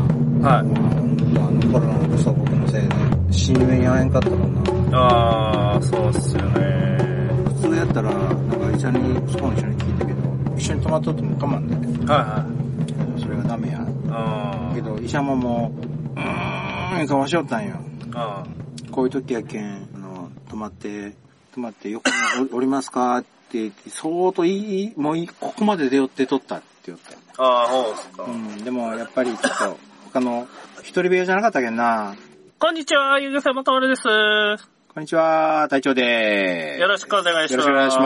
はまあ、あのコロナのご相僕のせいで、新入に会えんかったもんな。い。ああ、そうっすよね。普通やったら、なんか医者に、そこの医者に聞いたけど、一緒に泊まっとっても我慢で、はそれがダメや。いはい。けうん。ど医者ももう、うーん、かわしよったんよ。あこういう時やけん、あの、泊まって、泊まって横におおりますかって言って、相当いい、もういい、ここまで出よって取ったって言って。あー、そうっすかう。ん、でもやっぱりちょっと、他の、一人部屋じゃなかったけんな。こんにちは、ゆぐせまとおるです。こんにちは、隊長でーす。よろしくお願いしまよろすしくお願いし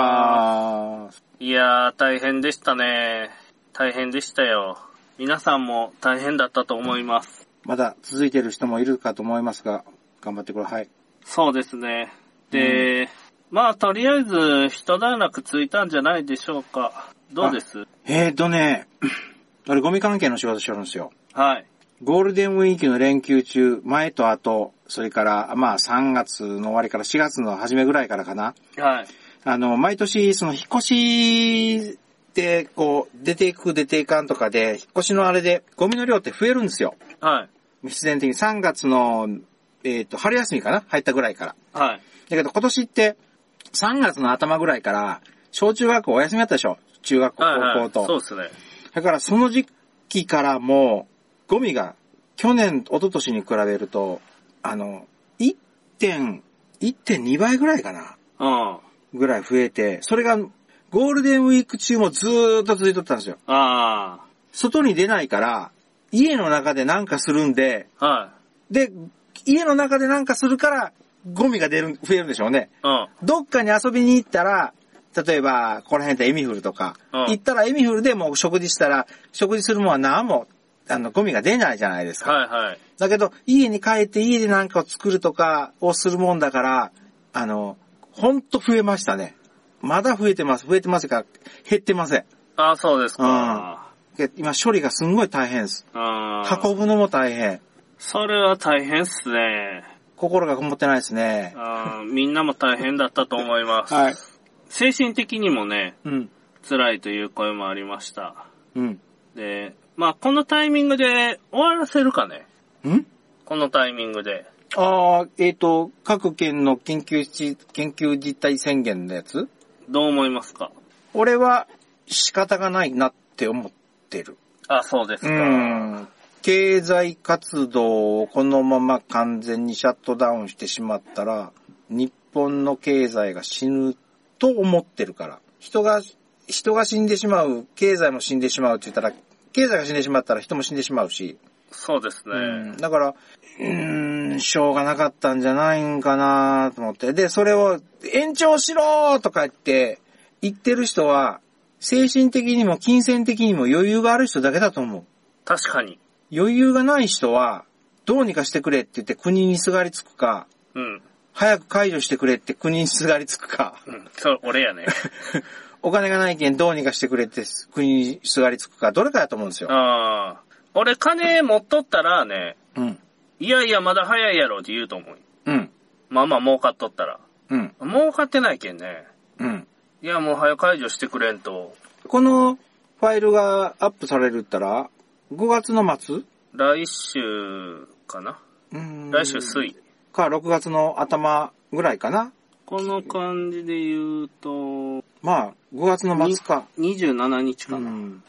ます。いやー、大変でしたね。大変でしたよ。皆さんも大変だったと思います。まだ続いてる人もいるかと思いますが、頑張ってください。そうですね。で、まあ、とりあえず、一段落ついたんじゃないでしょうか。どうですえーとね、 俺ゴミ関係の仕事してるんですよ。はい。ゴールデンウィークの連休中、前と後、それから、まあ3月の終わりから4月の初めぐらいからかな。はい。あの、毎年、その引っ越しで、こう、出ていく出ていかんとかで、引っ越しのあれで、ゴミの量って増えるんですよ。はい。必然的に3月の、えっ、と、春休みかな入ったぐらいから。はい。だけど今年って、3月の頭ぐらいから、小中学校お休みだったでしょ中学校、はい、はい。高校と。そうですね。だからその時期からもう、ゴミが去年、一昨年に比べると、あの、1点、1.2倍ぐらいかなうん。ぐらい増えて、それがゴールデンウィーク中もずーっと続いとったんですよ。あ外に出ないから、家の中でなんかするんで、あ。はい。で、家の中でなんかするから、ゴミが出る、増えるんでしょうね。うん。どっかに遊びに行ったら、例えば、ここら辺でエミフルとか、うん行ったらエミフルでもう食事したら、食事するもんは何も、あの、ゴミが出ないじゃないですか。はいはい。だけど、家に帰って家で何かを作るとかをするもんだから、あの、ほんと増えましたね。まだ増えてます。増えてますから、減ってません。ああ、そうですか。で今、処理がすんごい大変です。うん。運ぶのも大変。それは大変っすね。心がこもってないですね。 うんみんなも大変だったと思います。はい。精神的にもね、うん。辛いという声もありました。うん。で、まあこのタイミングで終わらせるかね。んこのタイミングで。ああ、えっ、と、各県の緊急し、緊急事態宣言のやつどう思いますか俺は仕方がないなって思ってる。あ、そうですか。うん。経済活動をこのまま完全にシャットダウンしてしまったら、日本の経済が死ぬと思ってるから。人が、人が死んでしまう、経済も死んでしまうって言ったら、経済が死んでしまったら人も死んでしまうし。そうですね。うんだから、うーん、しょうがなかったんじゃないんかなと思って。で、それを延長しろとか言って、言ってる人は、精神的にも金銭的にも余裕がある人だけだと思う。確かに。余裕がない人は、どうにかしてくれって言って国にすがりつくか、うん。早く解除してくれって国にすがりつくか、うん。それ、俺 やね。お金がないけんどうにかしてくれって国にすがりつくか、どれかだと思うんですよ。ああ。俺金持っとったらね、うん。いやいやまだ早いやろって言うと思う。うん。まあまあ儲かっとったら。うん。儲かってないけんね。うん。いや、もう早く解除してくれんと。このファイルがアップされるったら、5月の末来週かなうん来週水。か、6月の頭ぐらいかな。この感じで言うと、まあ、5月の末か。 27日うかな。ん。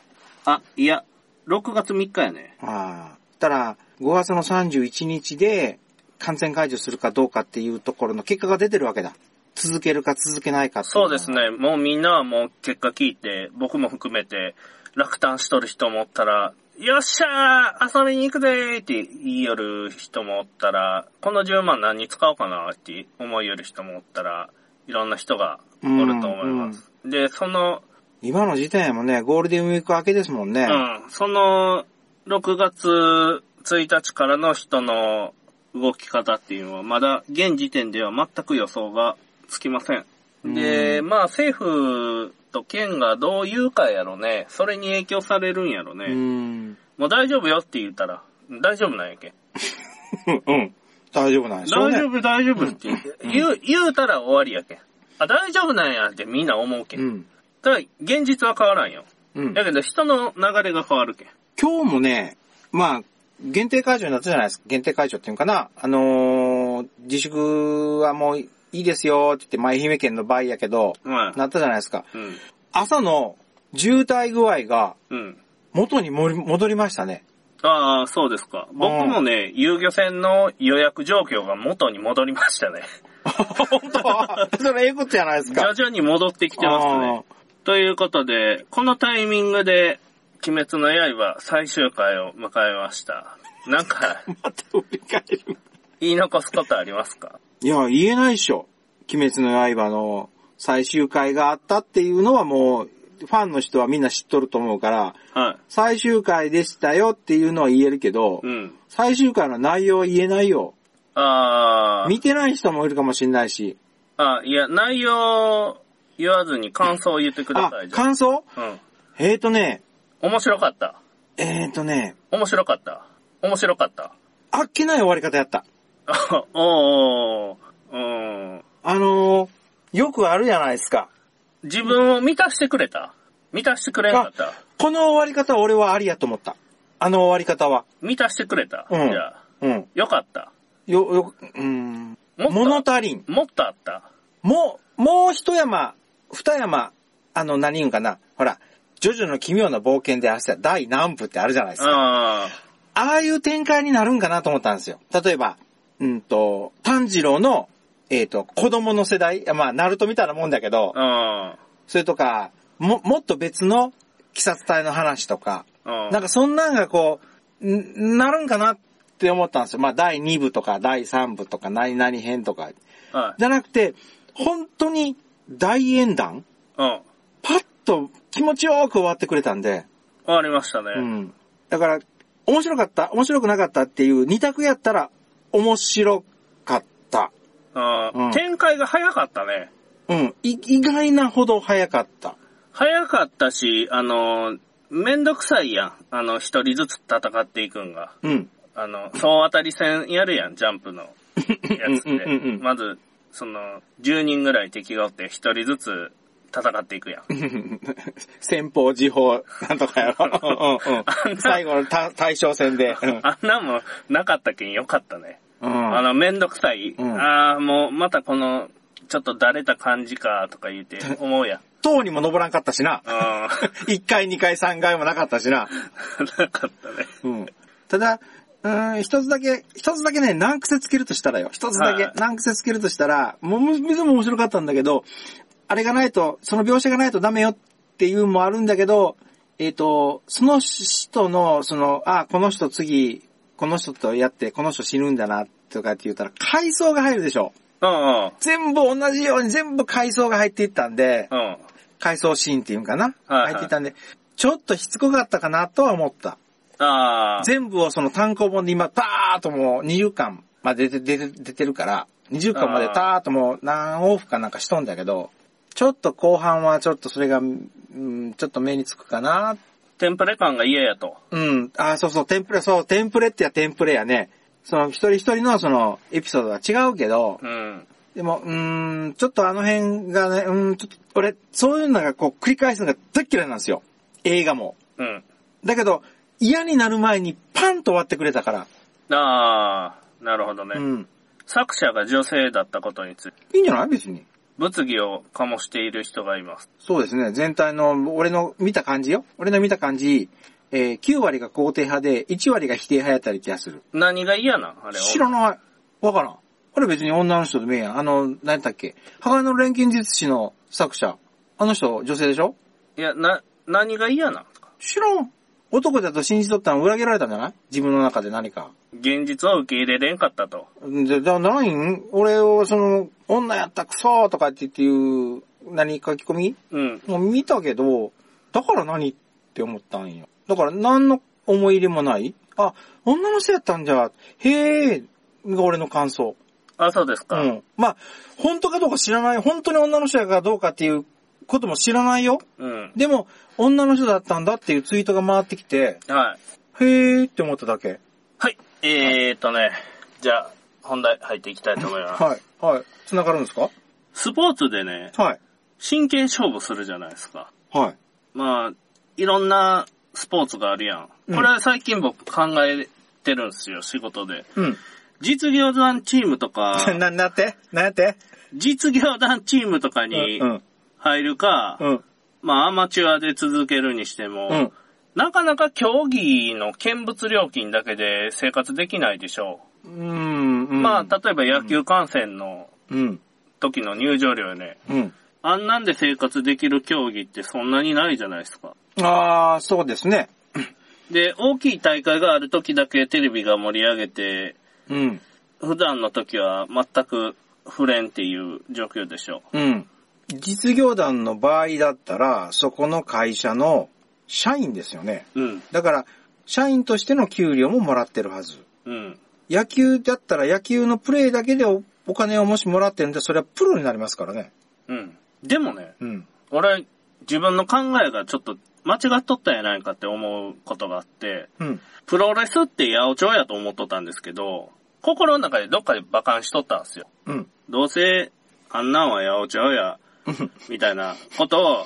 あ、いや、6月3日やね。ああ。たら、5月の31日で感染解除するかどうかっていうところの結果が出てるわけだ。続けるか続けないかっていそうです。ね。もうみんなはもう結果聞いて、僕も含めて、落胆しとる人もおったら、よっしゃー遊びに行くぜーって言いよる人もおったら、この10万何に使おうかなって思いよる人もおったら、いろんな人がおると思います。で、その、今の時点もね、ゴールデンウィーク明けですもんね。うん、その、6月1日からの人の動き方っていうのは、まだ現時点では全く予想がつきません。で、うんまあ政府と県がどう言うかやろね。それに影響されるんやろね。うん。もう大丈夫よって言ったら、大丈夫なんやけん。うん。大丈夫なんでしょう大ね。丈夫、大丈夫って言う,、言う言うたら終わりやけん。あ、大丈夫なんやってみんな思うけん。うん。ただ、現実は変わらんよ。うんだ。けど人の流れが変わるけん。今日もね、まあ、限定解除になったじゃないですか。限定解除っていうんかな。あのー自粛はもういいですよって言って、前愛媛県の場合やけど、はい。なったじゃないですか。うん。朝の渋滞具合がうん。元に戻り戻りましたね。ああ、そうですか。僕もね、遊漁船の予約状況が元に戻りました ね。本当 それええことじゃないです徐か。々に戻ってきてますね。ということで、このタイミングで、鬼滅の刃最終回を迎えました。なんか、あーまた振り返る。言い残すことありますかいや、言えないでしょ。鬼滅の刃の最終回があったっていうのはもう、ファンの人はみんな知っとると思うから、 はい。最終回でしたよっていうのは言えるけど、うん。最終回の内容は言えないよ。あー見てない人もいるかもしれないし。あ、いや、内容言わずに感想を言ってくだあさい。、じゃ感想あうん。えーとね、面白かった。えーとね、面白かった。面白かった。 あっけない終わり方やった。あおーおーうん。あのー、よくあるじゃないですか。自分を満たしてくれた満たしてくれなかったこの終わり方は俺はありやと思った。あの終わり方は。満たしてくれた、うんじゃあ、うん。よかった。よ、よ、うーん。もっと物足りん。もっとあった。もう、もう一山、二山、あの、何言うんかな。ほら、ジョジョの奇妙な冒険で明日第何部ってあるじゃないですか。あああいう展開になるんかなと思ったんですよ。例えば、うんと、炭治郎の、えっ、と、子供の世代、まあ、ナルトみたいなもんだけどあ、、あそれとか、も、もっと別の、鬼殺隊の話とか、あ、なんかそんなんがこう、んなるんかなって思ったんですよ。まあ、第2部とか、第3部とか、何々編とか。はい。じゃなくて、本当に大演談うん。パッと気持ちよく終わってくれたんで、終わりましたね。うん。だから、面白かった、面白くなかったっていう二択やったら、面白かった。あーうん展開が早かったね。うん。い意外なほど早かった。早かったし、あのー、めんどくさいやん。あの、一人ずつ戦っていくんが。うん。あの、総当たり戦やるやん、ジャンプのやつっうんうんうんうて。んまず、その、10人ぐらい敵がおって、一人ずつ戦っていくやん。 先方、時報、なんとかやろ。うんうんうん。 最後のた対象戦で。 うん あんなもんなかったけんよかったね。うん。あの、めんどくさい。うんああ、もう、またこの、ちょっとだれた感じか、とか言 うて、思うやん。塔にも登らんかったしな。うん。な1回、2回、3回もなかったしな。 かったね。うん。ただ、うーん、一つだけ、一つだけね、難癖つけるとしたらよ。一つだけはい難癖つけるとしたら、もう、む水も面白かったんだけど、あれがないと、その描写がないとダメよっていうのもあるんだけど、えっ、と、その人の、その、あ、この人次、この人とやって、この人死ぬんだな、とかって言ったら、階層が入るでしょ。うんうん。全部同じように全部階層が入っていったんで、うん。回想シーンっていうんかな、はいはい入っていたんで、ちょっとしつこかったかなとは思った。ああ。全部をその単行本で今、パーッともう20巻まで出て、出て、出てるから、20巻までたーッともう何往復かなんかしとんだけど、ちょっと後半はちょっとそれが、うん、ちょっと目につくかな。テンプレ感が嫌やと。うん。あ、そうそう、テンプレ、そう、テンプレってやテンプレやね。その一人一人のそのエピソードは違うけど、うん。でも、うーん、ちょっとあの辺がね、うーん、ちょっと、俺、そういうのがこう繰り返すのが大っ嫌いなんですよ。映画も。うん。だけど、嫌になる前にパンと終わってくれたから。ああ、なるほどね、うん。作者が女性だったことについて、いいんじゃない別に。物議を醸している人がいます。そうですね。全体の、俺の見た感じよ。俺の見た感じ、えー9割が肯定派で、1割が否定派やったり気がする。何が嫌なんあれ知らない。わからん。あれ別に女の人でもいいやん。あの、何やったっけ。鋼の錬金術師の作者。あの人、女性でしょいや、な、何が嫌なん知らん。男だと信じとったの裏切られたんじゃない自分の中で何か。現実を受け入れれんかったと。で、だ、ないん俺をその、女やったくそーとかって言っていう、何書き込みうん。もう見たけど、だから何って思ったんよ。だから何の思い入れもないあ、女の人やったんじゃ、へえが俺の感想。あ、そうですうか。ん。まあ、本当かどうか知らない。本当に女の人やかどうかっていうことも知らないよ。うん。でも、女の人だったんだっていうツイートが回ってきて、はい。へえって思っただけ。はい。えーっとね、じゃあ、本題入っていきたいと思います。はい。はい。繋がるんですかスポーツでね、はい。真剣勝負するじゃないですか。はい。まあ、いろんなスポーツがあるやん。これは最近僕考えってるんですよ、仕事で。うん。実業団チームとか、 な、なってなんやって実業団チームとかにうん。入るか、うん。まあアマチュアで続けるにしても、うん。なかなか競技の見物料金だけで生活できないでしょうん。うう。んまあ、例えば野球観戦のうん。時の入場料ね、うん。あんなんで生活できる競技ってそんなにないじゃないですか。ああ、そうですね。で、大きい大会がある時だけテレビが盛り上げて、うん。普段の時は全く不連っていう状況でしょうん。実業団の場合だったら、そこの会社の社員ですよね。う。うん、だから、社員としての給料ももらってるはず。うん、野球だったら野球のプレーだけでおお金をもしもらってるんで、それはプロになりますからね。うん。でもね、うん。俺、自分の考えがちょっと間違っとったんやないかって思うことがあって、うん。プロレスって八百長やと思っとったんですけど、心の中でどっかで馬鹿にしとったんですよ。うん。どうせ、あんなんは八百長や、みたいなことを、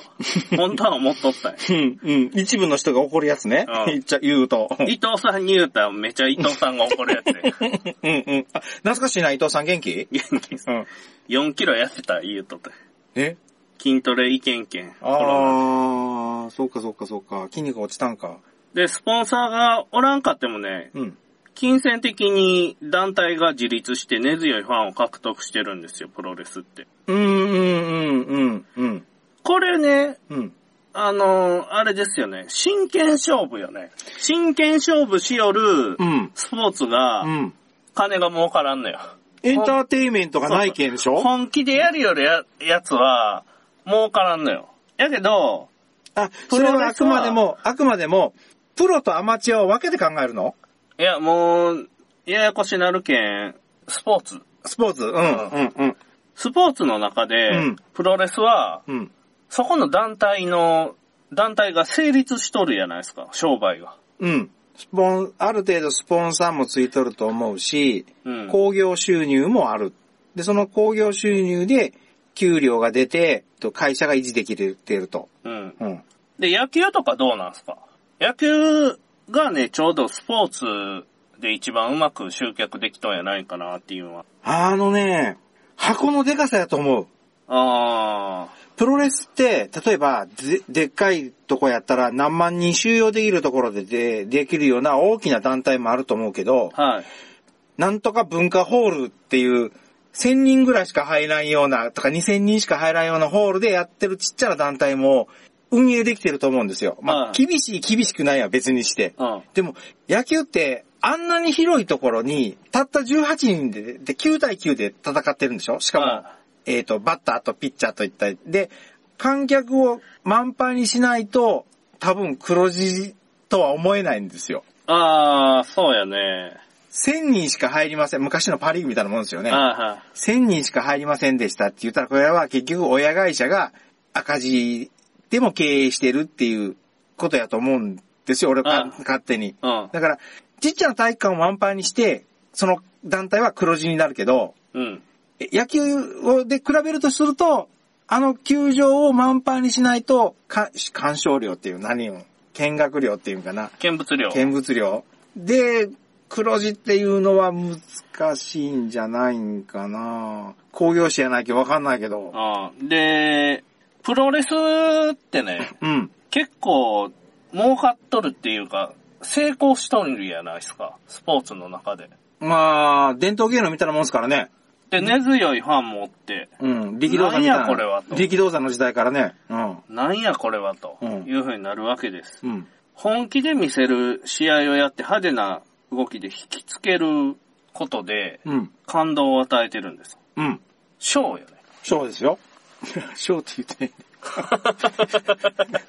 本当は思っとったんや。うん。うん。一部の人が怒るやつね。うん言っちゃ、言うと。伊藤さんに言うたらめちゃ伊藤さんが怒るやつで、 うんうん。あ、懐かしいな、伊藤さん元気 元気ですうん。 4キロ痩せた言うとったんや。え筋トレ意見権。ああ、そうかそうかそうか。筋肉落ちたんか。で、スポンサーがおらんかってもね、うん。金銭的に団体が自立して根強いファンを獲得してるんですよ、プロレスって。うんうんうんうんうん。これね、うん。あのーあれですよね。真剣勝負よね。真剣勝負しよるうん。スポーツが、うん。金が儲からんのよ。エンターテイメントがないけんでしょ本気でやるよりや、やつは、儲からんのよ。やけど、あ、それはあくまでも、あくまでも、プロとアマチュアを分けて考えるのいや、もう、ややこしなるけん、スポーツ。スポーツうんうんうん。スポーツの中で、うんプロレスは、うん。そこの団体の、団体が成立しとるじゃないですか、商売が。うん。スポン、ある程度スポンサーもついとると思うし、うん。興行収入もある。で、その興行収入で、給料が出て、と会社が維持できてると。うん。うん。で、野球とかどうなんすか野球がね、ちょうどスポーツで一番うまく集客できたんやないかなっていうのは。あのね、箱のデカさやと思う。あプロレスって、例えば、で、でっかいとこやったら何万人収容できるところでで、できるような大きな団体もあると思うけど、あ、はい。なんとか文化ホールっていう、1000人ぐらいしか入らんような、とか2000人しか入らんようなホールでやってるちっちゃな団体も運営できてると思うんですよ。まあ、はい厳しい厳しくないは別にして。うん。でも、野球って、あんなに広いところに、たった18人で、で、9対9で戦ってるんでしょしかも、はえっ、と、バッターとピッチャーと一体。で、観客を満杯にしないと、多分黒字とは思えないんですよ。ああ、そうやね。 1000人しか入りません。昔のパリーグみたいなもんですよね。は1000人しか入りませんでしたって言ったら、これは結局親会社が赤字でも経営してるっていうことやと思うんですよ。俺か、ああ勝手に。いはい。だから、ちっちゃな体育館を満杯にして、その団体は黒字になるけど、うん。うん。え野球をで比べるとすると、あの球場を満杯にしないと、か鑑賞料っていう何を、見学料っていうんかな、見物量。見物料。で、黒字っていうのは難しいんじゃないんかな工業誌やないけわかんないけど。ああで、プロレスっ てね、うん。結構儲かっとるっていうか、成功しとるやないですか、スポーツの中で。まあ、伝統芸能みたいなもんですからね。で、根強いファンもおって、うん。力道山みたいなんな。やこれはと力道山の時代からね。うん。なんやこれはとうんいう風になるわけです。うん。本気で見せる試合をやって派手な動きで引きつけることでうん。感動を与えてるんです。うん。ショーよね。そうですよ。ショーって言ってない。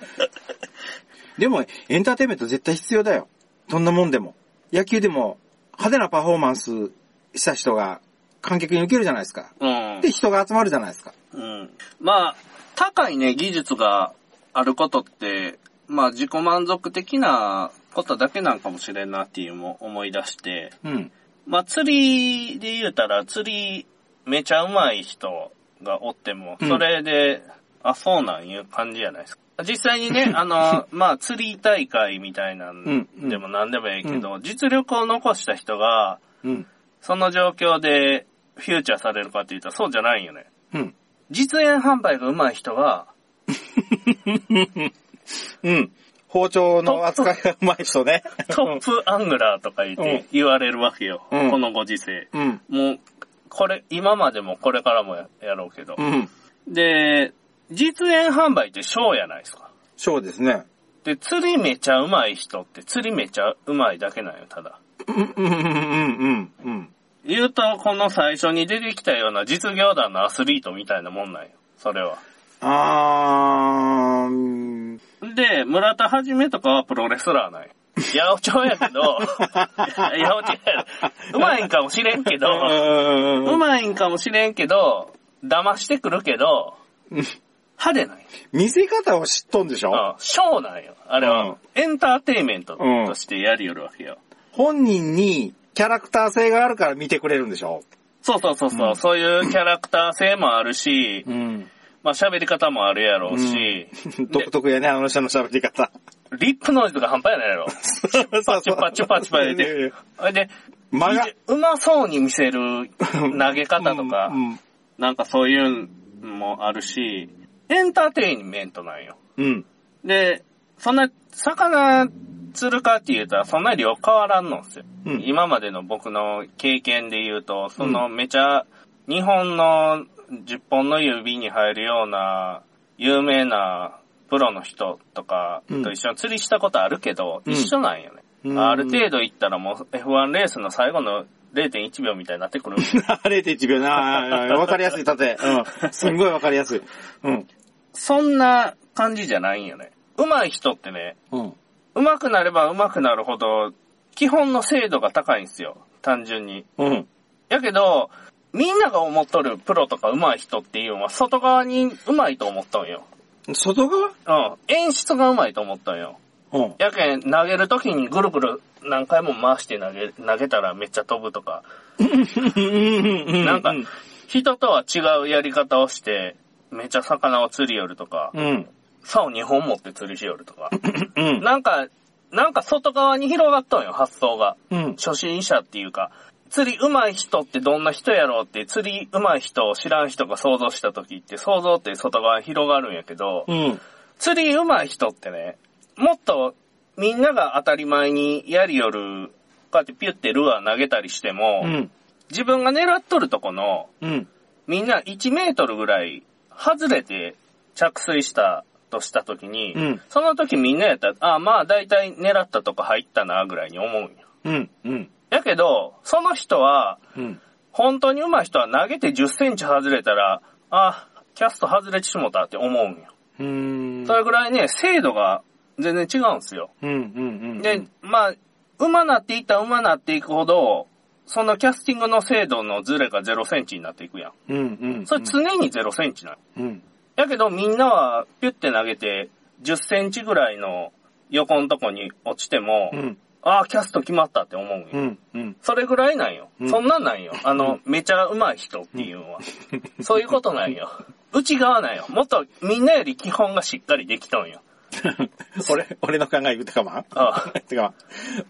でも、エンターテインメント絶対必要だよ。どんなもんでも。野球でも、派手なパフォーマンスした人が観客に受けるじゃないですか。うんで、。人が集まるじゃないですか。うん。まあ、高いね、技術があることって、まあ自己満足的なことだけなんかもしれんなっていうのも思い出して、うん。まあ釣りで言うたら釣りめちゃうまい人がおっても、うんそれで、あ、そうなんいう感じじゃないですか。実際 にね、あの、まあ、釣り大会みたいなんうんうんでも何でもいいけど、実力を残した人が、うん。その状況でフューチャーされるかって言ったらそうじゃないよね。うん。実演販売が上手い 人が、うん。包丁の扱いがうまい人ね。トップアングラーとか言っうんて言われるわけよ。うんこのご時世。うん。もう、これ、今までもこれからもややろうけどう。ん。で、実演販売ってショーやないですか。そうですね。で、釣りめちゃ上手い人って釣りめちゃ上手いだけなんよ、ただ。うんうんうんうんうんうん。言うと、この最初に出てきたような実業団のアスリートみたいなもんなんよ。それは。あーうん、で、村田はじめとかはプロレスラーなんよ。八百長やけ ど、八百長や。うまいんかもしれんけど、うんううんうんまいんかもしれんけど、騙してくるけど、うん派手なんよ。見せ方を知っとんでしょうんショーなんよ。あれうんは、エンターテインメントとしてやりよるわけよ。本人にキャラクター性があるから見てくれるんでしょそうそうそうそう、うんそういうキャラクター性もあるし、うん。まあ喋り方もあるやろうし、独特やね、あの人の喋り方。リップノイズが半端やないや ろ。パチュパチュパチュパ入れて。それで、間が、うまそうに見せる投げ方とか、うんなんかそういうのもあるし、エンターテインメントなんよ。うん。で、そんな、魚釣るかって言うたらそんな量変わらんのんすよ。うん今までの僕の経験で言うと、そのめちゃ、日本の10本の指に入るような有名なプロの人とかと一緒に釣りしたことあるけど、うん一緒なんよね。うんある程度行ったらもう F1 レースの最後の0.1秒みたいになってくる。 0.1秒な。あーわかりやすい、たて。うん。すんごいわかりやすい。うん。そんな感じじゃないんよね。上手い人ってね、うん。上手くなれば上手くなるほど、基本の精度が高いんですよ。単純に。うん。やけど、みんなが思っとるプロとか上手い人っていうのは、外側に上手いと思っとんよ。外側うん。演出が上手いと思っとんよ。うん。やけん、投げるときにぐるぐる何回も回して投げ、投げたらめっちゃ飛ぶとか、なんか、人とは違うやり方をして、めっちゃ魚を釣りよるとか、うん。竿2本持って釣りしよるとか、うん。なんか、なんか外側に広がっとんよ、発想が。うん。初心者っていうか、釣り上手い人ってどんな人やろうって、釣り上手い人を知らん人が想像した時って、想像って外側に広がるんやけど、うん。釣り上手い人ってね、もっとみんなが当たり前にやりよる、こうやってピュってルアー投げたりしても、うん。自分が狙っとるとこの、うん。みんな1メートルぐらい外れて着水したとした時に、うんその時みんなやったら、ああまあ大体狙ったとこ入ったなぐらいに思うんよ。うん。うん。やけど、その人は、うん。本当に上手い人は投げて10センチ外れたら、あ、キャスト外れてしもたって思うんよ。うん。それぐらいね、精度が全然違うんですよ。うん。うん。で、まあ、馬なっていったら馬なっていくほど、そのキャスティングの精度のズレが0センチになっていくやん。うん。うん。それ常に0センチなの。うん。やけどみんなはピュって投げて10センチぐらいの横のとこに落ちても、うん。ああ、キャスト決まったって思うんよ。うん。うん。それぐらいなんよ。うんそんなんなんよ。あ の、めちゃ上手い人っていう のは。そういうことなんよ。内側なんよ。もっとみんなより基本がしっかりできとんよ。俺、俺の考え言うてかまんあてか、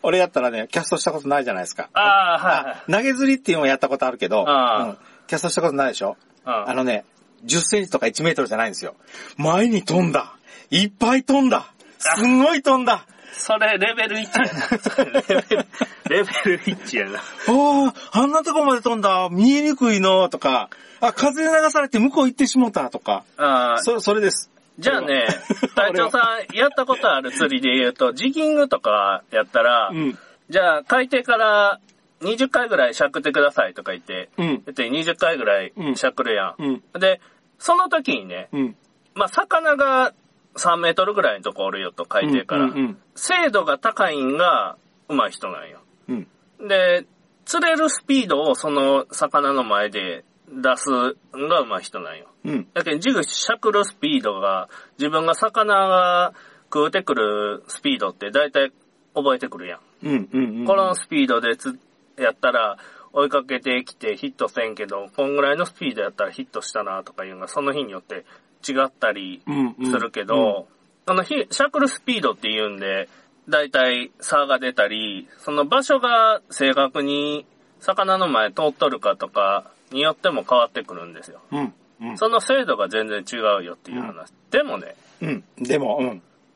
俺やったらね、キャストしたことないじゃないですか。あ、あ投げ釣りっていうのをやったことあるけど、ああうんキャストしたことないでしょあはい。ああのね、10センチとか1メートルじゃないんですよ。前に飛んだいっぱい飛んだすんごい飛ん だそれレベル1やな。それレベルレベル1やな。おー、あんなとこまで飛んだ見えにくいのとか、あ、風で流されて向こう行ってしもたとか、ああ、そ、それです。じ ゃあね、隊長さん、やったことある釣りで言うと、ジギングとかやったら、うん。じゃあ海底から20回ぐらいしゃくってくださいとか言って、うん。だって20回ぐらいしゃくるやん。うん。で、その時にね、うん。まあ、魚が3メートルぐらいのとこおるよと海底から。うんうん精度が高いんが上手い人なんよ。うん。で、釣れるスピードをその魚の前で出すんが上手い人なんよ。うん。だけど、ジグしゃくるスピードが、自分が魚が食うてくるスピードって大体覚えてくるやん。うん。うん。うんこのスピードでつ、やったら、追いかけてきてヒットせんけど、こんぐらいのスピードやったらヒットしたなとかいうのが、その日によって違ったりうんうんするけど、あの、ひシャクルスピードって言うんで、だいたい差が出たり、その場所が正確に魚の前通っとるかとかによっても変わってくるんですよ。うん。うん。その精度が全然違うよっていう話。でもね、うん。でも、うん。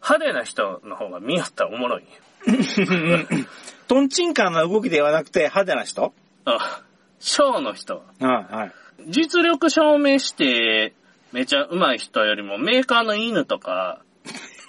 派手な人の方が見よったらおもろいんよ。トンチンカンな動きではなくて派手な人あ、ショーの人は。はい、はい。実力証明して、めちゃ上手い人よりもメーカーの犬とか、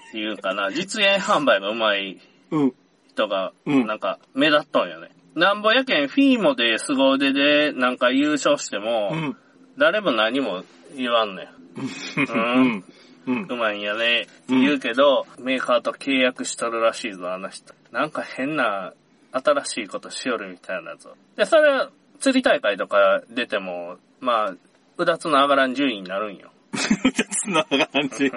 っていうか な、実演販売が上手いうん。人が、うんなんか、目立っとんよね。なんぼやけん、フィーモで凄腕で、なんか優勝しても、うん。誰も何も言わんねん。うん。 うん。うまいんやね。うん言うけど、メーカーと契約しとるらしいぞ、あの人。なんか変な、新しいことしよるみたいなぞ。で、それは、釣り大会とか出ても、まあ、うだつの上がらん順位になるんよ。つな感じ。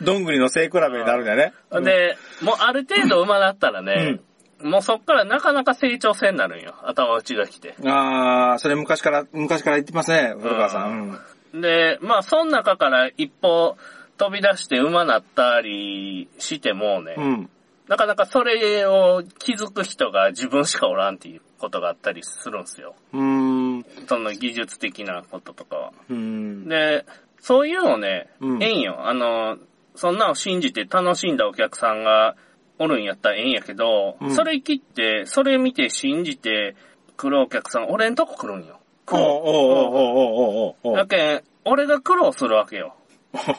どんぐりの背比べになるんだよね。で、もうある程度馬だったらね、もうそっからなかなか成長性になるんよ。頭打ちが来て。あー、それ昔から、昔から言ってますね、古川さん。で、まあ、そん中から一歩飛び出して馬なったりしてもね、うん。うん。なかなかそれを気づく人が自分しかおらんっていうことがあったりするんですよ。うーん。うその技術的なこととかは。ーん。で、そういうのね、うんええんよ。あの、そんなの信じて楽しんだお客さんがおるんやったらええんやけど、うんそれ切って、それ見て信じて来るお客さん、俺んとこ来るんよ。おうおうおうおうおうおうおだうけん、俺が苦労するわけよ。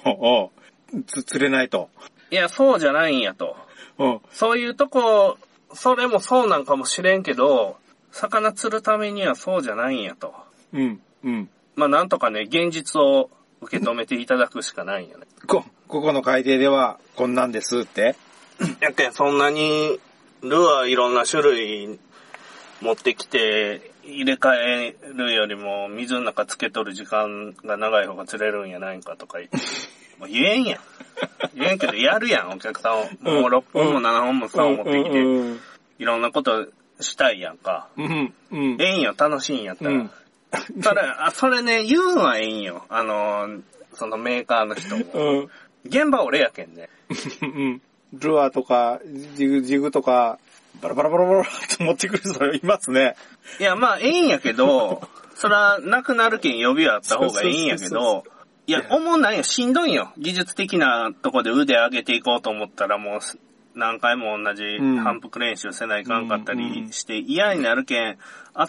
おうおうつ、釣れないと。いや、そうじゃないんやと。うん。そういうとこ、それもそうなんかもしれんけど、魚釣るためにはそうじゃないんやと。うん。うん。まあなんとかね、現実を受け止めていただくしかないんやね。こ、ここの海底ではこんなんですって。やけん、そんなに、ルアーいろんな種類持ってきて、入れ替えるよりも、水の中つけとる時間が長い方が釣れるんやないんかと か言って、もう言えんやん。言えんけど、やるやん、お客さんを。もう6本も7本も3本持ってきて、うん。いろんなことしたいやんか。うん。うん。ええんよ、楽しいんやったら。うんただ、あ、それね、言うんはええんよ。あのー、そのメーカーの人も。うん。現場俺やけんね。うん。ルアーとか、ジグ、ジグとか、バラバラバラバラって持ってくる人いますね。いや、まあ、ええんや けど、そら、なくなるけん予備はあった方がええんやけそうそうそうど、いや、おもんないよ。しんどいよ。技術的なとこで腕上げていこうと思ったら、もうす、何回も同じん反復練習せないかんかったうんりして嫌になるけん、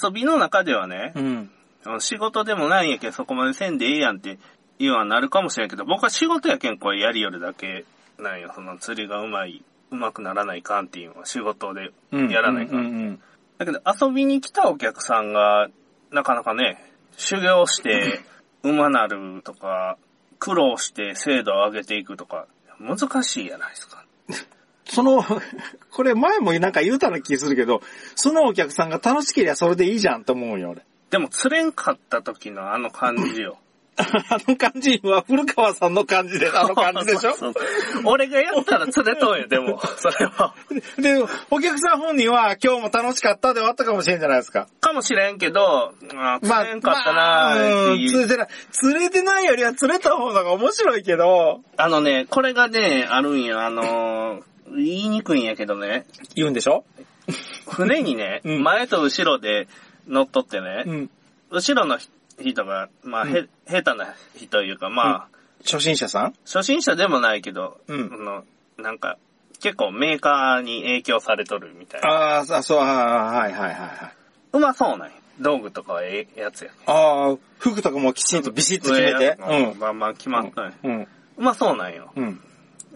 遊びの中ではね、うん。あの仕事でもないんやけんそこまでせんでええやんって言うはなるかもしれんけど、僕は仕事やけんこれやりよるだけなんよ。その釣りがうまい、うまくならないかんっていうのは仕事でやらないか。うんん。だけど遊びに来たお客さんが、なかなかね、修行 して、馬なるとか、苦労して精度を上げていくとか、難しいやないですか。その、 これ前もなんか言うたような気するけど、そのお客さんが楽しければそれでいいじゃんと思うよ、俺。 でも釣れんかった時のあの感じよ。あの感じは古川さんの感じで、あの 感じでしょ そうそう俺がやったら釣 れとんよ、でも、それは。で、お客さん本人は今日も楽しかったで終わったかもしれんじゃないですか。かもしれんけど、あーまあ、釣れんかったなーっていう釣れてない。釣れてないよりは釣れた方が面白いけど。あのね、これがね、あるんよ、あのー言いにくいんやけどね、言うんでしょ船にね、うん前と後ろで乗っとってね、うん。後ろの人が、まあ、へ、下手な人というか、まあ、初心者さん初心者でもないけど、うんあの、なんか、結構メーカーに影響されとるみたいな。あーあ、そう、あーはいはいはいはい。うまそうなんよ道具とかはええやつやね。ああ、服とかもきちんとビシッと決めて。上まあまあ決まったんようん。うん。うまそうなんよ。うん。よ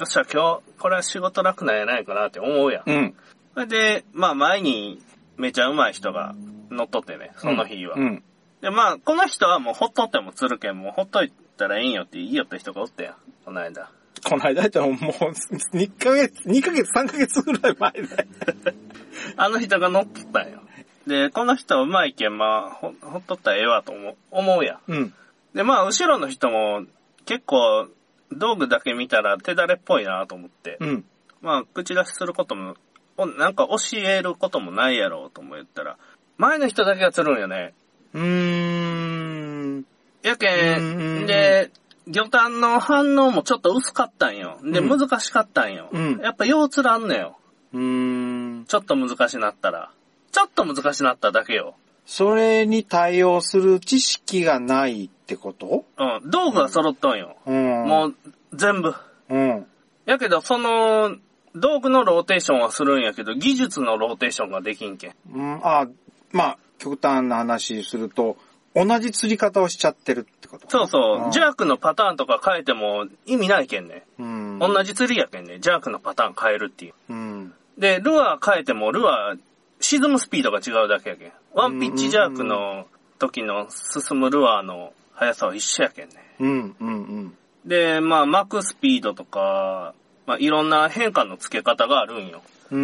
っしゃ、今日、これは仕事楽なんやないかなって思うやん。うん。それで、まあ前にめちゃうまい人が乗っとってね、その日は。うん。で、まあこの人はもうほっとっても釣るけん、もうほっといたらええんよって言いよった人がおったやん、この間。この間やったらもう、2ヶ月、2ヶ月、3ヶ月ぐらい前だよ。あの人が乗っとったんよ。で、この人はうまいけん、まあほほっとったらええわと思う思うやん。うん。で、まあ後ろの人も結構道具だけ見たら手だれっぽいなと思って。うん。まあ、口出しすることも、おなんか教えることもないやろうと思ったら、前の人だけが釣るんよね。うーん。やうんうんうんけん、で、魚探の反応もちょっと薄かったんよ。で、うん難しかったんよ。うんやっぱようつらんのよ。うーん。ちょっと難しなったら。ちょっと難しなっただけよ。それに対応する知識がないってことうん。道具が揃っとんよ。うん。もう、全部。うん。やけど、その、道具のローテーションはするんやけど、技術のローテーションができんけん。うん。あ、まあ、極端な話すると、同じ釣り方をしちゃってるってことそううそんう、ジャークのパターンとか変えても意味ないけんね。う。うん。同じ釣りやけんね、ジャークのパターン変えるっていう。うん。で、ルアー変えても、ルアー、沈むスピードが違うだけやけん。ワンピッチジャークの時の進むルアーの速さは一緒やけんね。うん、うん、うん。で、まあ、巻くスピードとか、まあ、いろんな変化の付け方があるんよ。うん、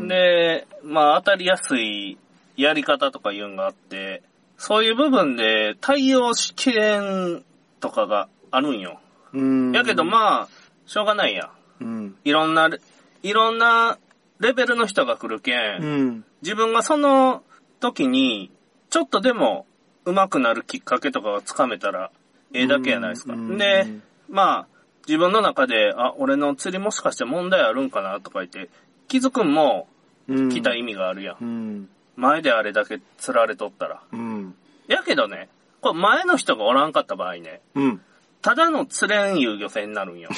うん。、で、まあ、当たりやすいやり方とかいうんがあって、そういう部分で対応しきれんとかがあるんよ。うん。やけどあ、まあ、しょうがないやうん。ん。いろんなレ、いろんなレベルの人が来るけ、うんん。自分がその時に、ちょっとでも上手くなるきっかけとかをつかめたら、ええだけやないですか。うんで、まあ、自分の中で、あ、俺の釣りもしかして問題あるんかなとか言って、気づくんもうん来た意味があるやん。うん。前であれだけ釣られとったら。うん。やけどね、これ前の人がおらんかった場合ね、うん。ただの釣れん遊漁船になるんよ。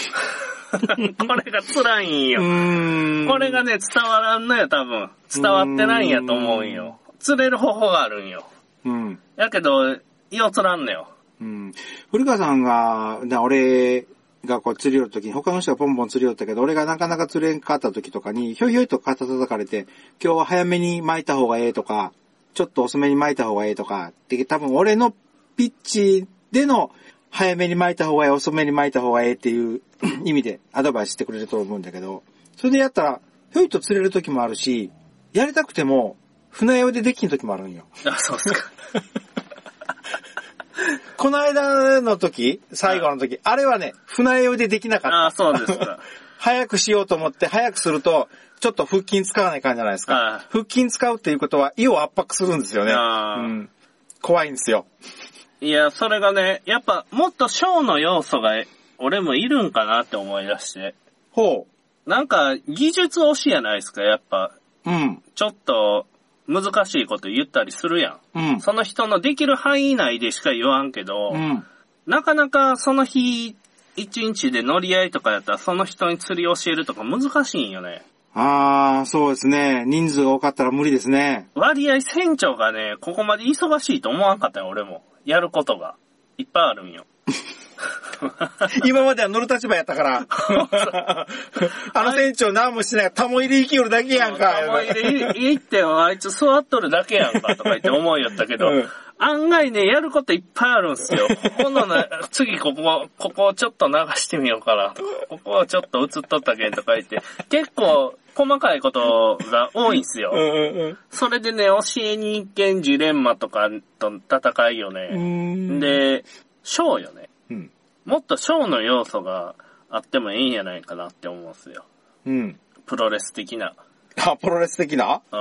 これが辛いんよ。うん。これがね、伝わらんのよ、多分。伝わってないんやと思うんよ。釣れる方法があるんよ。うん。やけど、よ釣らんのよ。うん。古川さんが、だ俺がこう釣り寄るときに、他の人がポンポン釣り寄ったけど、俺がなかなか釣れんかったときとかに、ひょいひょいと肩叩かれて、今日は早めに巻いた方がええとか、ちょっと遅めに巻いた方がええとか、って多分俺のピッチでの、早めに巻いた方がええ、遅めに巻いた方がええっていう 意味でアドバイスしてくれると思うんだけど、それでやったら、ひょいと釣れるときもあるし、やりたくても、船用でできんときもあるんよ。あ、そうっすか。この間の時、最後の時、あれはね、船酔いでできなかった。あ、そうですか。早くしようと思って、早くすると、ちょっと腹筋使わないかんじゃないですあかあ。腹筋使うっていうことは、胃を圧迫するんですよね。ああうん、怖いんですよ。いや、それがね、やっぱ、もっとショーの要素が、俺もいるんかなって思い出して。ほなんか、技術推しやないですか、やっぱ。う。うん。ちょっと、難しいこと言ったりするやうんん。。その人のできる範囲内でしか言わんけど、うん。なかなかその日、一日で乗り合いとかやったらその人に釣り教えるとか難しいんよね。ああ、そうですね。人数が多かったら無理ですね。割合船長がね、ここまで忙しいと思わんかったよ、俺も。やることが。いっぱいある んよ。今までは乗る立場やったから。あの船長何もしてない。タモ入り生きよるだけやんか。思い入れ行ってあいつ座っとるだけやんかとか言って思いよったけど、うん案外ね、やることいっぱいあるん すよ。ここのな、次ここ、ここをちょっと流してみようかなとか、ここをちょっと映っとったけんとか言って、結構細かいことが多いんすよ。うんうんそれでね、教えに行けんジレンマとかと戦いようね。ん。うーん、で、ショーよね。うん。もっとショーの要素があってもいいんやないかなって思うんすよ。うん。プロレス的な。あ、プロレス的なうん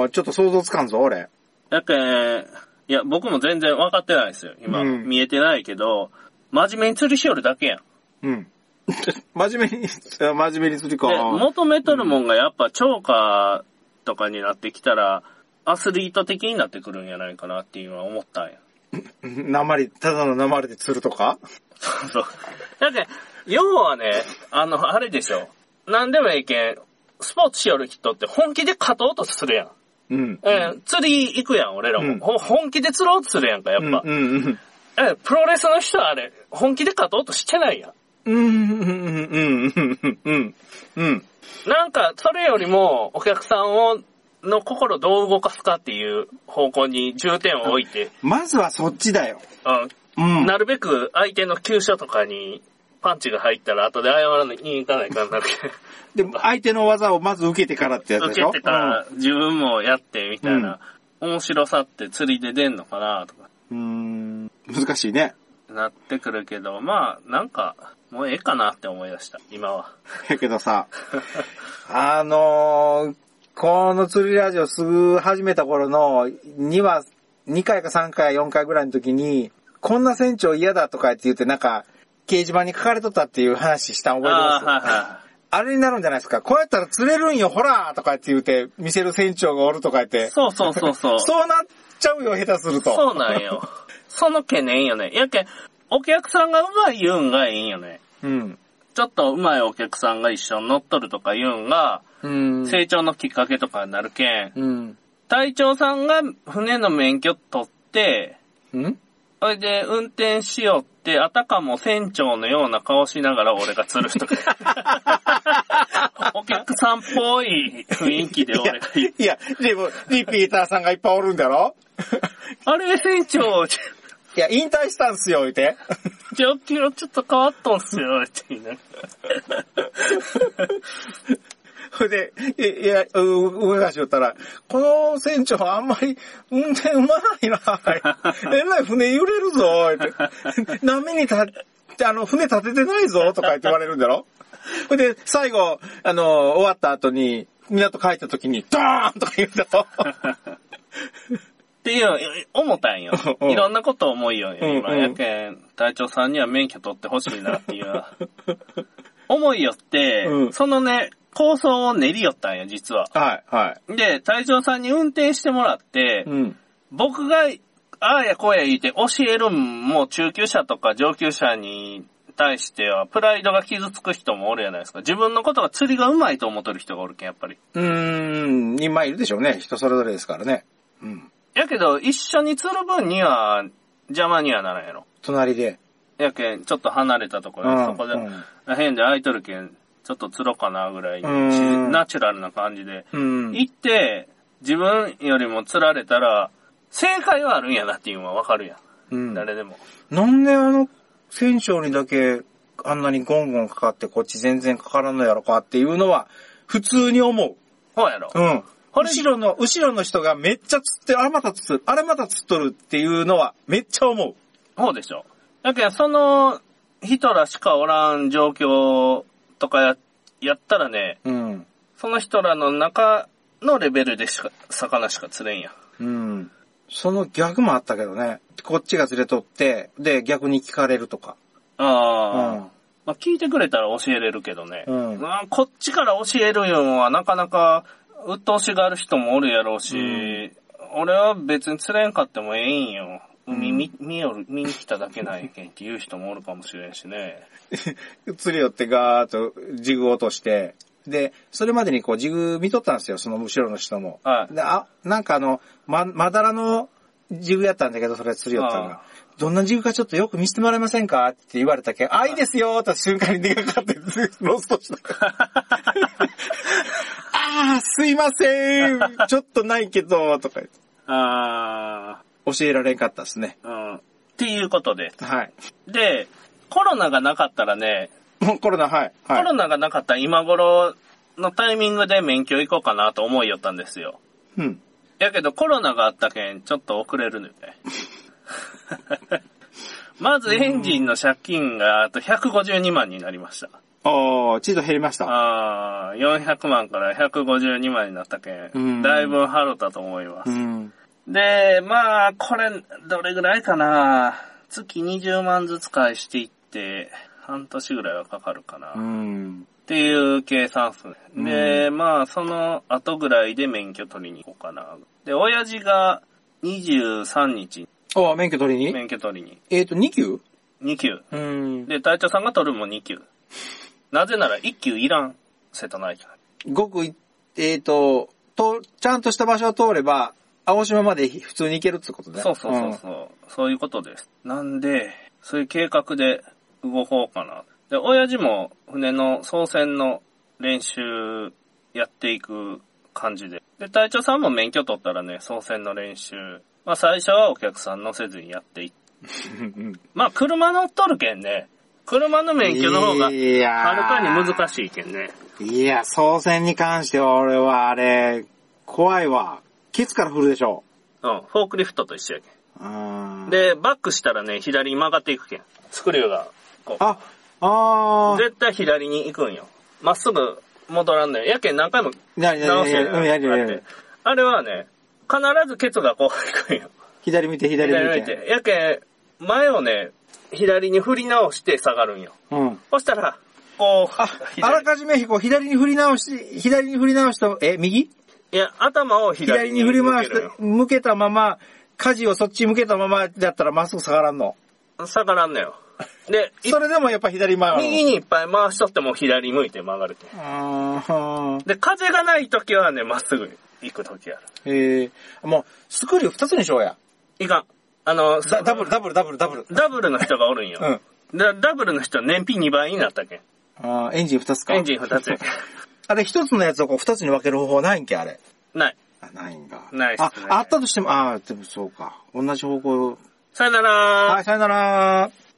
ああ、ちょっと想像つかんぞ、俺。だけいや、僕も全然分かってないですよ。今、うん見えてないけど、真面目に釣りしよるだけやん。うん。 真面目に、 真面目にするか。で、求めとるもんがやっぱ超過とかになってきたら、アスリート的になってくるんやないかなっていうのは思ったんや。 鉛、ただの鉛で釣るとかそう。だって、要はね、あの、あれでしょ。なんでもいいけん、スポーツしよる人って本気で勝とうとするやん。うん。えー釣り行くやん、俺らも、うんほ本気で釣ろうとするやんか、やっうぱ。ん、うん、えープロレスの人はあれ、本気で勝とうとしてないやん。うん、うん、うん、うん、うん、うん、うん。なんか、それよりも、お客さんを、の心をどう動かすかっていう方向に重点を置いて、まずはそっちだよ。ううんん、。なるべく相手の急所とかにパンチが入ったら後で謝らないに行かないかんなって。で、相手の技をまず受けてから ってやつ受でけしょてたら自分もやってみたいな、面白さって釣りで出んのかなとかうん。うーん難しいね。なってくるけど、まあなんかもうええかなって思い出した、今は。やけどさ、あのーこの釣りラジオすぐ始めた頃の2は、2回か3回、4回ぐらいの時に、こんな船長嫌だとかって言ってなんか、示板に書かれとったっていう話したん覚えてますああ、はいはい。あれになるんじゃないですか。こうやったら釣れるんよ、ほらーとかって言うて、見せる船長がおるとか言って。そうそうそうそう。そうなっちゃうよ、下手すると。そうなんよ。 その懸念よね。やけん、お客さんがうまい言うんがいいんよね。うん。ちょっとうまいお客さんが一緒に乗っとるとか言うんが、うん。成長のきっかけとかになるけん、うん。隊長さんが船の免許取って、うんそれで運転しようって、あたかも船長のような顔しながら俺が釣る 人お客さんっぽい雰囲気で俺が言ういや、でも、リピーターさんがいっぱいおるんだろあれ船長、ちいや、引退したんすよ、言うて。状況ちょっと変わっとんすよ、って言いながらそれで、いいや、う、動かしよったら、この船長あんまり運転うまないな。えらい船揺れるぞ、って。波に立って、あの、船立ててないぞ、とか言って言われるんだろそれで、最後、あの、終わった後に、港帰った時に、ドーンとか言うんだろ。。っていうのを思ったんよ うんいろんなこと思いよんよ。今、うんうんやけん、隊長さんには免許取ってほしいなっていう 思いよって、うんそのね、構想を練りよったんよ、実は。はい、はで、隊長さんに運転してもらって、い。うん。僕が、ああやこうや言って教えるんも中級者とか上級者に対しては、プライドが傷つく人もおるじゃないですか。自分のことが釣りがうまいと思ってる人がおるけん、やっぱり。うーん、今いるでしょうね。人それぞれですからね。うん。やけど、一緒に釣る分には、邪魔にはならんやろ。隣で。やけん、ちょっと離れたところ、うんそこで、うん変で空いとるけん、ちょっと釣ろうかなぐらい、うんナチュラルな感じで、うん。行って、自分よりも釣られたら、正解はあるんやなっていうのはわかるやん。うん誰でも。なんであの船長にだけあんなにゴンゴンかかってこっち全然かからんのやろかっていうのは普通に思う。ほうやろ。うん。これ後ろの、後ろの人がめっちゃ釣ってる、あれまた釣ってる、あれまた釣っとるっていうのはめっちゃ思う。ほうでしょ。だけど、その、人らしかおらん状況とかや、やったらね、うん。その人らの中のレベルでしか、魚しか釣れんやん。うん。その逆もあったけどね。こっちが釣れとって、で逆に聞かれるとか。うああ。ん。まあ、聞いてくれたら教えれるけどね。うんまあ、こっちから教えるよんはなかなか、鬱陶しがある人もおるやろうし、うん俺は別に釣れんかってもええんよ。海見、見よる、見に来ただけなんやけんって言う人もおるかもしれんしね。釣り寄ってガーッとジグ落として、で、それまでにこうジグ見とったんですよ、その後ろの人も。はいであ、なんかあの、ま、まだらのジグやったんだけど、それ釣り寄ったのあが。どんなジグかちょっとよく見せてもらえませんかって言われたけん、あ、いいですよーって瞬間に出かかって、 ロストした。 あー、すいませんちょっとないけど、とか言ってあ教えられんかったですね。あ、うん。っていうことで。はい。で、コロナがなかったらね、もうコロナ、はい。はい、コロナがなかった今頃のタイミングで免許行こうかなと思いよったんですよ。うん。やけどコロナがあったけん、ちょっと遅れるのよね。 まずエンジンの借金があと152万になりました。おー、ちょっと減りました。ああ、400万から152万になったけうんん、だいぶ払ったと思いまうす。ん。で、まあ、これ、どれぐらいかな。月20万ずつ返していって、半年ぐらいはかかるかな。うっん。ていう計算っすね。で、まあ、その後ぐらいで免許取りに行こうかな。で、親父が23日におー、免許取りに免許取りに。えっ、と、2級2級。うん。で、隊長さんが取るも2級。なぜなら1級いらん。瀬戸内海。ごくい、えっ、と、と、ちゃんとした場所を通れば、青島まで普通に行けるってことね。そうそうそうそう、そういうことです。なんで、そういう計画で動こうかな。で、親父も船の操船の練習やっていく感じで。で、隊長さんも免許取ったらね、操船の練習。まあ最初はお客さん乗せずにやっていっうん。まあ車乗っとるけんね。車の免許の方がはるいやかに難ししいけんね。い。いや、操船に関しては俺はあれ、怖いわ。ケツから振るでしょ。うん、フォークリフトと一緒やけうーんん。、で、バックしたらね、左に曲がっていくけん。スクリューが、こう。あ、あー。絶対左に行くんよ。まっすぐ戻らんのよ。やけん何回もなにな直にせなるにうんやるやるやる。あれはね、必ずケツがこう行くんよ。左見て、左左見向いて。て。やけん、前をね、左に振り直して下がるんよ。うん。そしたら、こう、あ、あら左かじめ、こう、左に振り直し、左に振り直した、え、右いや、頭を左左にに振り回向しけてるんよ、向けたまま、舵をそっち向けたままだったらまっすぐ下がらんの。下がらん のよ。で、いそれでもやっぱ左回るの。右にいっぱい回しとっても左向いて曲がると。あーで、風がない時はね、まっすぐ行く時やる。へえもう、スクリュー二つにしようや。いかん。あの、ダダブル、ダブル、ダブル、ダブル。ダブルの人がおるんよ。 うん。だダブルの人燃費2倍になったけん。あーエンジン二つか。エンジン2つやけあれ、一つのやつをこう二つに分ける方法ないんけ、あれ。ん。ない。あないんだ。ないっすねあ、あったとしても、あーでもそうか。同じ方向。さよならはい、さよなら